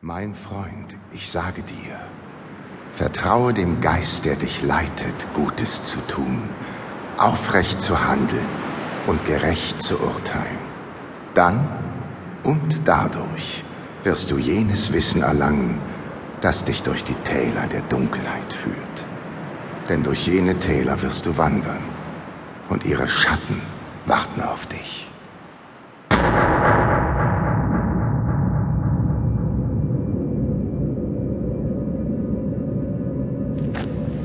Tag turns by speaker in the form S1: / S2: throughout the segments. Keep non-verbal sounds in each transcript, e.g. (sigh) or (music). S1: Mein Freund, ich sage dir, vertraue dem Geist, der dich leitet, Gutes zu tun, aufrecht zu handeln und gerecht zu urteilen. Dann und dadurch wirst du jenes Wissen erlangen, das dich durch die Täler der Dunkelheit führt. Denn durch jene Täler wirst du wandern und ihre Schatten warten auf dich.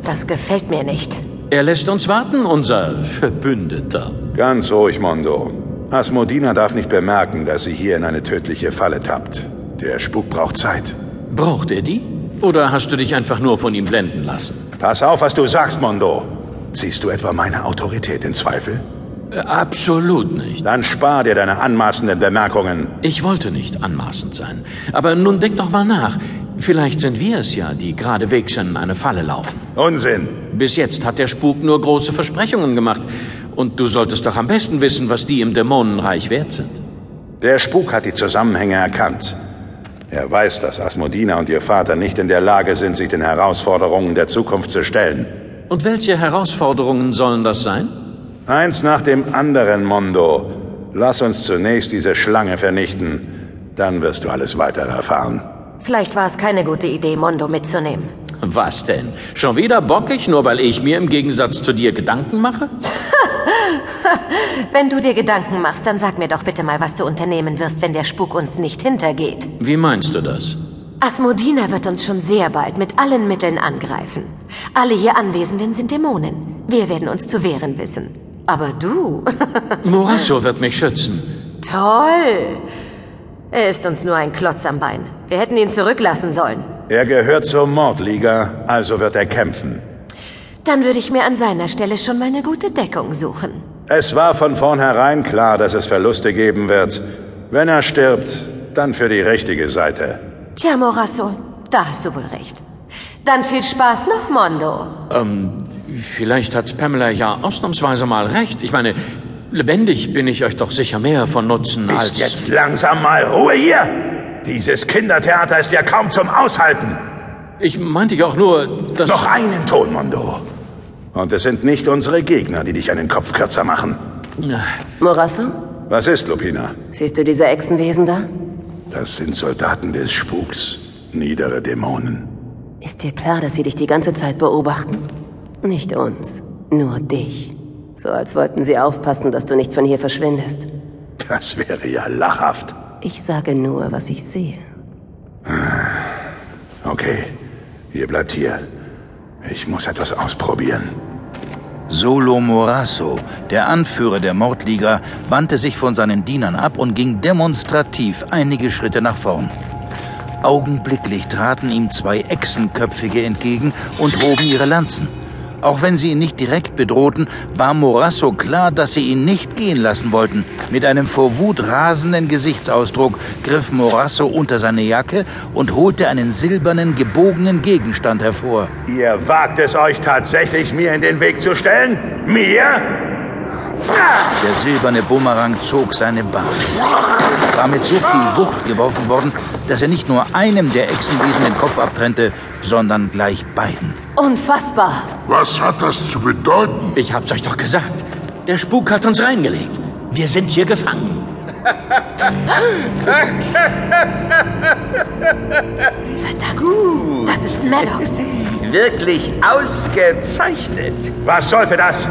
S2: Das gefällt mir nicht.
S3: Er lässt uns warten, unser Verbündeter.
S4: Ganz ruhig, Mondo. Asmodina darf nicht bemerken, dass sie hier in eine tödliche Falle tappt. Der Spuk braucht Zeit.
S3: Braucht er die? Oder hast du dich einfach nur von ihm blenden lassen?
S4: Pass auf, was du sagst, Mondo. Siehst du etwa meine Autorität in Zweifel?
S3: Äh, Absolut nicht.
S4: Dann spar dir deine anmaßenden Bemerkungen.
S3: Ich wollte nicht anmaßend sein. Aber nun denk doch mal nach. Vielleicht sind wir es ja, die geradewegs in eine Falle laufen.
S4: Unsinn.
S3: Bis jetzt hat der Spuk nur große Versprechungen gemacht. Und du solltest doch am besten wissen, was die im Dämonenreich wert sind.
S4: Der Spuk hat die Zusammenhänge erkannt. Er weiß, dass Asmodina und ihr Vater nicht in der Lage sind, sich den Herausforderungen der Zukunft zu stellen.
S3: Und welche Herausforderungen sollen das sein?
S4: Eins nach dem anderen, Mondo. Lass uns zunächst diese Schlange vernichten. Dann wirst du alles weitere erfahren.
S2: Vielleicht war es keine gute Idee, Mondo mitzunehmen.
S3: Was denn? Schon wieder bockig, nur weil ich mir im Gegensatz zu dir Gedanken mache?
S2: Wenn du dir Gedanken machst, dann sag mir doch bitte mal, was du unternehmen wirst, wenn der Spuk uns nicht hintergeht.
S3: Wie meinst du das?
S2: Asmodina wird uns schon sehr bald mit allen Mitteln angreifen. Alle hier Anwesenden sind Dämonen. Wir werden uns zu wehren wissen. Aber du? (laughs)
S3: Morasso wird mich schützen.
S2: Toll! Er ist uns nur ein Klotz am Bein. Wir hätten ihn zurücklassen sollen.
S4: Er gehört zur Mordliga, also wird er kämpfen.
S2: Dann würde ich mir an seiner Stelle schon mal eine gute Deckung suchen.
S4: Es war von vornherein klar, dass es Verluste geben wird. Wenn er stirbt, dann für die richtige Seite.
S2: Tja, Morasso, da hast du wohl recht. Dann viel Spaß noch, Mondo.
S3: Ähm, vielleicht hat Pamela ja ausnahmsweise mal recht. Ich meine, lebendig bin ich euch doch sicher mehr von Nutzen als...
S4: Ist jetzt langsam mal Ruhe hier! Dieses Kindertheater ist ja kaum zum Aushalten.
S3: Ich meinte ja auch nur, dass...
S4: Noch einen Ton, Mondo. Und es sind nicht unsere Gegner, die dich einen Kopf kürzer machen.
S5: Morasso,
S4: Was ist, Lupina?
S5: siehst du diese Echsenwesen da?
S4: Das sind Soldaten des Spuks. Niedere Dämonen.
S5: Ist dir klar, dass sie dich die ganze Zeit beobachten? Nicht uns, nur dich. So als wollten sie aufpassen, dass du nicht von hier verschwindest.
S4: Das wäre ja lachhaft.
S5: Ich sage nur, was ich sehe.
S4: Okay, ihr bleibt hier. Ich muss etwas ausprobieren.
S6: Solo Morasso, der Anführer der Mordliga, wandte sich von seinen Dienern ab und ging demonstrativ einige Schritte nach vorn. Augenblicklich traten ihm zwei Echsenköpfige entgegen und hoben ihre Lanzen. Auch wenn sie ihn nicht direkt bedrohten, war Morasso klar, dass sie ihn nicht gehen lassen wollten. Mit einem vor Wut rasenden Gesichtsausdruck griff Morasso unter seine Jacke und holte einen silbernen, gebogenen Gegenstand hervor.
S4: Ihr wagt es euch tatsächlich, mir in den Weg zu stellen? Mir? Ah!
S6: Der silberne Bumerang zog seine Bahn. War mit so viel Wucht geworfen worden, dass er nicht nur einem der Echsenwesen den Kopf abtrennte, sondern gleich beiden.
S2: Unfassbar.
S7: Was hat das zu bedeuten?
S3: Ich hab's euch doch gesagt. Der Spuk hat uns reingelegt. Wir sind hier gefangen.
S2: Das ist Maddox.
S8: Wirklich ausgezeichnet.
S4: Was sollte das?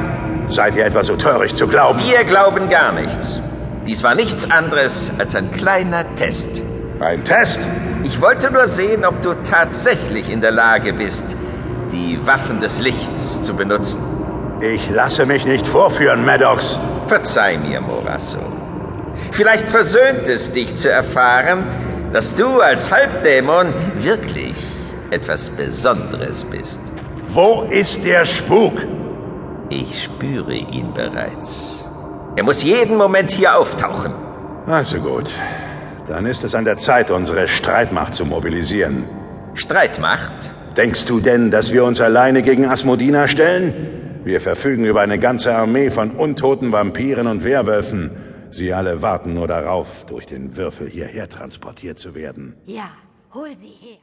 S4: Seid ihr etwa so töricht zu glauben?
S8: Wir glauben gar nichts. Dies war nichts anderes als ein kleiner Test.
S4: Ein Test?
S8: Ich wollte nur sehen, ob du tatsächlich in der Lage bist, die Waffen des Lichts zu benutzen.
S4: Ich lasse mich nicht vorführen, Maddox.
S8: Verzeih mir, Morasso. Vielleicht versöhnt es dich zu erfahren, dass du als Halbdämon wirklich etwas Besonderes bist.
S4: Wo ist der Spuk?
S8: Ich spüre ihn bereits. Er muss jeden Moment hier auftauchen.
S4: Also gut. Dann ist es an der Zeit, unsere Streitmacht zu mobilisieren.
S8: Streitmacht?
S4: Denkst du denn, dass wir uns alleine gegen Asmodina stellen? Wir verfügen über eine ganze Armee von untoten Vampiren und Werwölfen. Sie alle warten nur darauf, durch den Würfel hierher transportiert zu werden.
S2: Ja, Hol sie her!